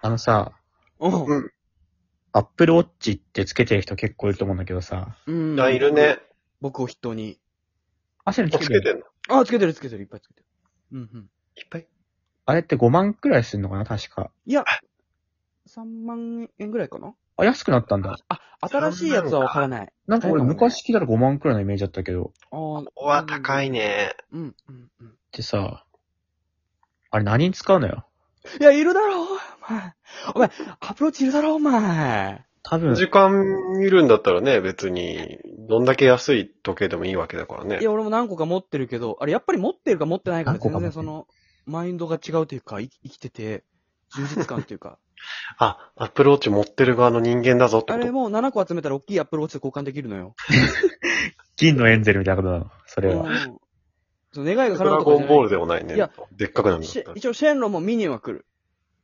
あのさ、おうアップルウォッチってつけてる人結構いると思うんだけどさ、うん。あ、いるね。僕を筆頭に。汗につあけつてけるてんのあ、つけてるつけてる。いっぱいつけてる。うんうん。いっぱいあれって5万くらいするのかな確か。いや、3万円ぐらいかなあ、安くなったんだ。あ、新しいやつはわからない。なんかそう俺なの昔聞いたら5万くらいのイメージだったけど。あーここは高いね。うんうんうん。ってさ、あれ何に使うのよいや、いるだろう、お前。お前、アプローチいるだろう、お前。多分、時間見るんだったらね、別に、どんだけ安い時計でもいいわけだからいね。や、俺も何個か持ってるけど、あれ、やっぱり持ってるか持ってないかで何個か全持って然るその、マインドが違うというか、い生きてて、充実感という か。あ、アップローチ持ってる側の人間だぞってあこれと。もう7個集めたら大きいアップローチと交換できるのよ。銀のエンゼルみたいなことなの。それは。うん。そう願いがド叶うとラかゴじゃなンいボールでもないね。いやでっかくなるんだっしたら。一応、シェンロンも見には来る。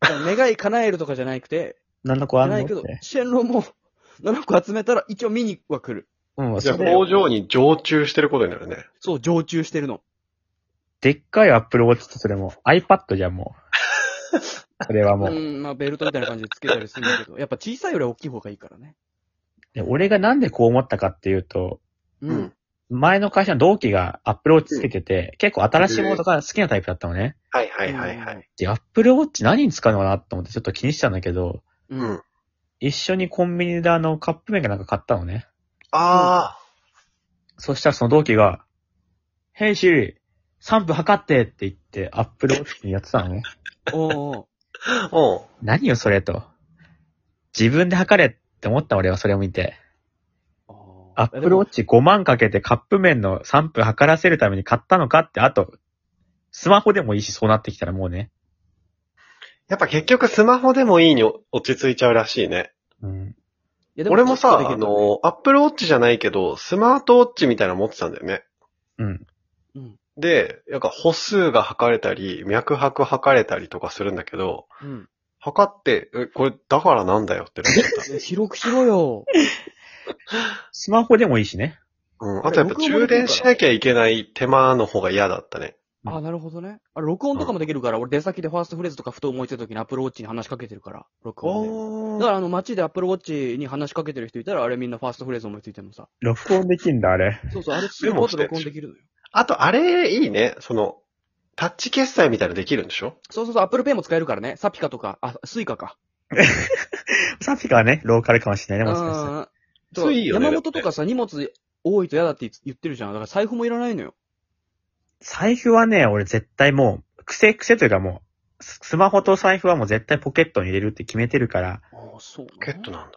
だから願い叶えるとかじゃなく て、なんだじこあゃんのなっいけどて、。シェンロンも7個集めたら一応見には来る。うん、じゃそあれ工場に常駐してることになるね。そう、常駐してるの。でっかいアップルウォッチとそれも iPad じゃん、 もう。それはもうう。ん、まあベルトみたいな感じでつけたりするんだけど、やっぱ小さいよりは大きい方がいいからね。で俺がなんでこう思ったかっていうと、ううんん。前の会社の同期がアップルウォッチつけてて、結構新しいものとか好きなタイプだったのね。はいはいはいはい。で、アップルウォッチ何に使うのかなと思ってちょっと気にしてたんだけど、う。うんん。一緒にコンビニであのカップ麺かなんか買ったのね。あそしたらその同期が、ヘイシリ、3分測ってって言ってアップルウォッチにやってたのね。 おうおうあ、うん。何よそれと。自分で測れって思った俺はそれを見て。アップルウォッチチ5万かけてカップ麺の3分測らせるために買ったのかって、あと、スマホでもいいしそうなってきたらもうね。やっぱ結局スマホでもいいに落ち着いちゃうらしいね。うん。俺もさ、あ、の、アップルウォッチじゃないけど、スマートウォッチみたいなの持ってたんだよね。うん。うん。で、なんか歩数が測れたり、脈拍測れたりとかするんだけど、うん。測って、え、これだからなんだよってなっちゃっい や広くしろよ。スマホでもいいしね。た。うん。あとやっぱ充電しなきゃいけない手間の方が嫌だったね。あ、なるほどね。あれ、録音とかもできるから、俺出先でファーストフレーズとかふと思いついた時にアップルウォッチに話しかけてるから、録音で。だかー。らあの街でアップルウォッチに話しかけてる人いたら、あれみんなファーストフレーズ思いついてもさ。録音できんだ、あれ。 そうそう、あれすぐポッと録音できるのよ。あとあれいいね。その、タッチ決済みたいなのできるんでしょそうそうそう、アップルペイも使えるからね。サピカとか、あ、スイカか。サピカはね、ローカルかもしれなういね、もしかしたら。ん。そうそれいいよね山本とかさ、荷物多いと嫌だって言ってるじゃん。だから財布もいらないのよ。財布はね、俺絶対もう、癖癖というかもう、ススマホと財布はもう絶対ポケットに入れるって決めてるから、ああ、そうポケットなんだ。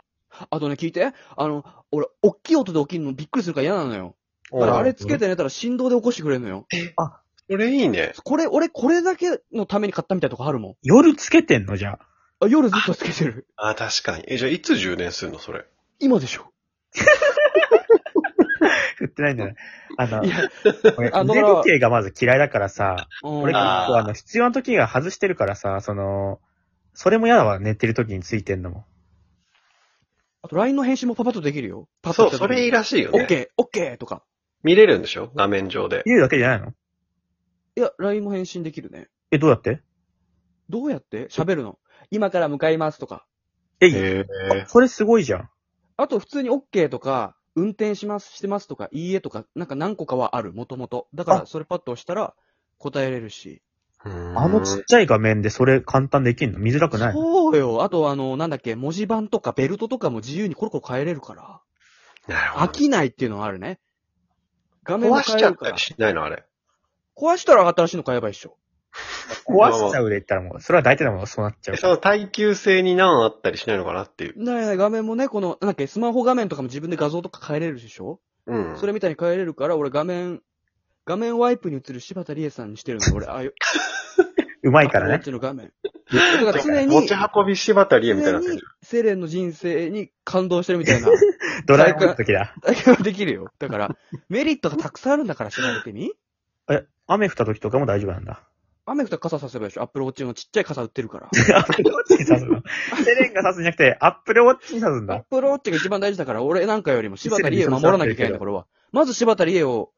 あとね、聞いて。あの、俺、大きい音で起きるのびっくりするから嫌なのよ。だからうんあれつけて寝たら振動で起こしてくれるのよ。それいいね。これ、俺、これだけのために買ったみたいなとこあるもん。夜つけてんのじゃあ。あ、夜ずっとつけてる。あ、確かに。え、じゃあいつ充電するのそれ。今でしょ。振ってないんだよね。あのい、や、俺あの腕時計がまず嫌いだからさ、俺俺結あ構あの、必要な時が外してるからさ、その、それも嫌だわ、寝てる時についてんのも。あと LINE の返信もパパッとできるよ。パそう、それいいららしいよオッね。ケー、オッケーとか。見れるんでしょ画面上で。入れるだけじゃないのいや、LINE も返信できるね。え、どうやってどうやって喋るの今から向かいますとか。え、へえ。それすごいじゃん。あと普通に OK とか、運転します、してますとか、いいえとか、なんか何個かはある、もともと。だから、あそれパッと押したら、答えれるし。ああのちっちゃい画面でそれ簡単できんの見づらくないのそうよ。あと、あの、なんだっけ、文字盤とかベルトとかも自由にコロコロ変えれるから。なるほ飽ど。きないっていうのはあるね。画面も壊変しえちゃるっかたらり。しないのあれ。壊したら新しいの買えばいいっしょ。壊しちゃうで言ったらもう、それは大体だもん、そうなっちゃうそ。の耐久性に何あったりしないのかなっていう。ないない、画面もね、この、なんだっけ、スマホ画面とかも自分で画像とか変えれるでしょうん。それみたいに変えれるから、俺画面、画面ワイプに映る柴田理恵さんにしてるの、俺。ああ いう、うまいからこっね。ちの画面。うだから常に、持ち運び柴田理恵みたいな常感にじ。セレンの人生に感動してるみた いな。ドライブの時だ。だけはできるよ。だから、メリットがたくさんあるんだから調べてみ。え、雨降った時とかも大丈夫なんだ。 雨降ったら傘させばいいでしょ。アップルウォッチのちっちゃい傘売ってるから。アップルウォッチに刺す の。セレンが刺すんじゃなくて、アップルウォッチに刺すんアッだ。プルウォッチが一番大事だから、俺なんかよりも柴田理恵を守らなきゃいけないんだ、これは。まず柴田理恵を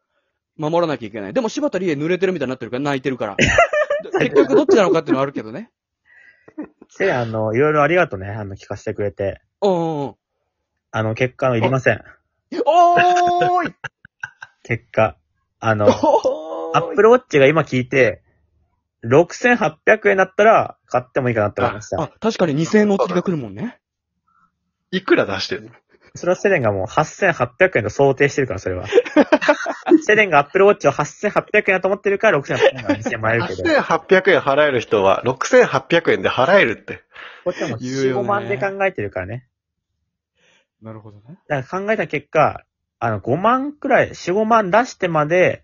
守らなきゃいけ ない。でも柴田理恵濡れてるみたいになってるから、泣いてるから。で結局どっちなのかっていうのはあるけどね。せや、あの、いろいろありがとうね。あの、聞かせてくれて。うんうん。あの、結果のいりません。おーい結果。あの、 おアップルウォッチが今聞いて、6800円だったら買ってもいいかなって思いましあ、た。確かに2000円のお釣りが来るもんね。いくら出してんのそれはセレンがもう8800円と想定してるから、それ は。セレンがアップルウォッチを8800円だと思ってるから、6800円が2000円もらえるけど。?8800 円払える人は6800円で払えるって。こっちはもう言う4、よ5ね万で考えてるからね。なるほどね。だから考えた結果、あの、5万くらい、4、5万出してまで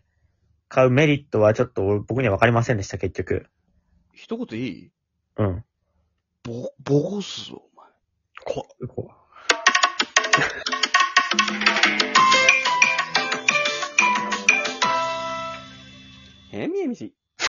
買うメリットはちょっと俺僕には分かりませんでした、結局。一言いいうん。ぼ、ぼこすぞ、お前。こ 変見えみし。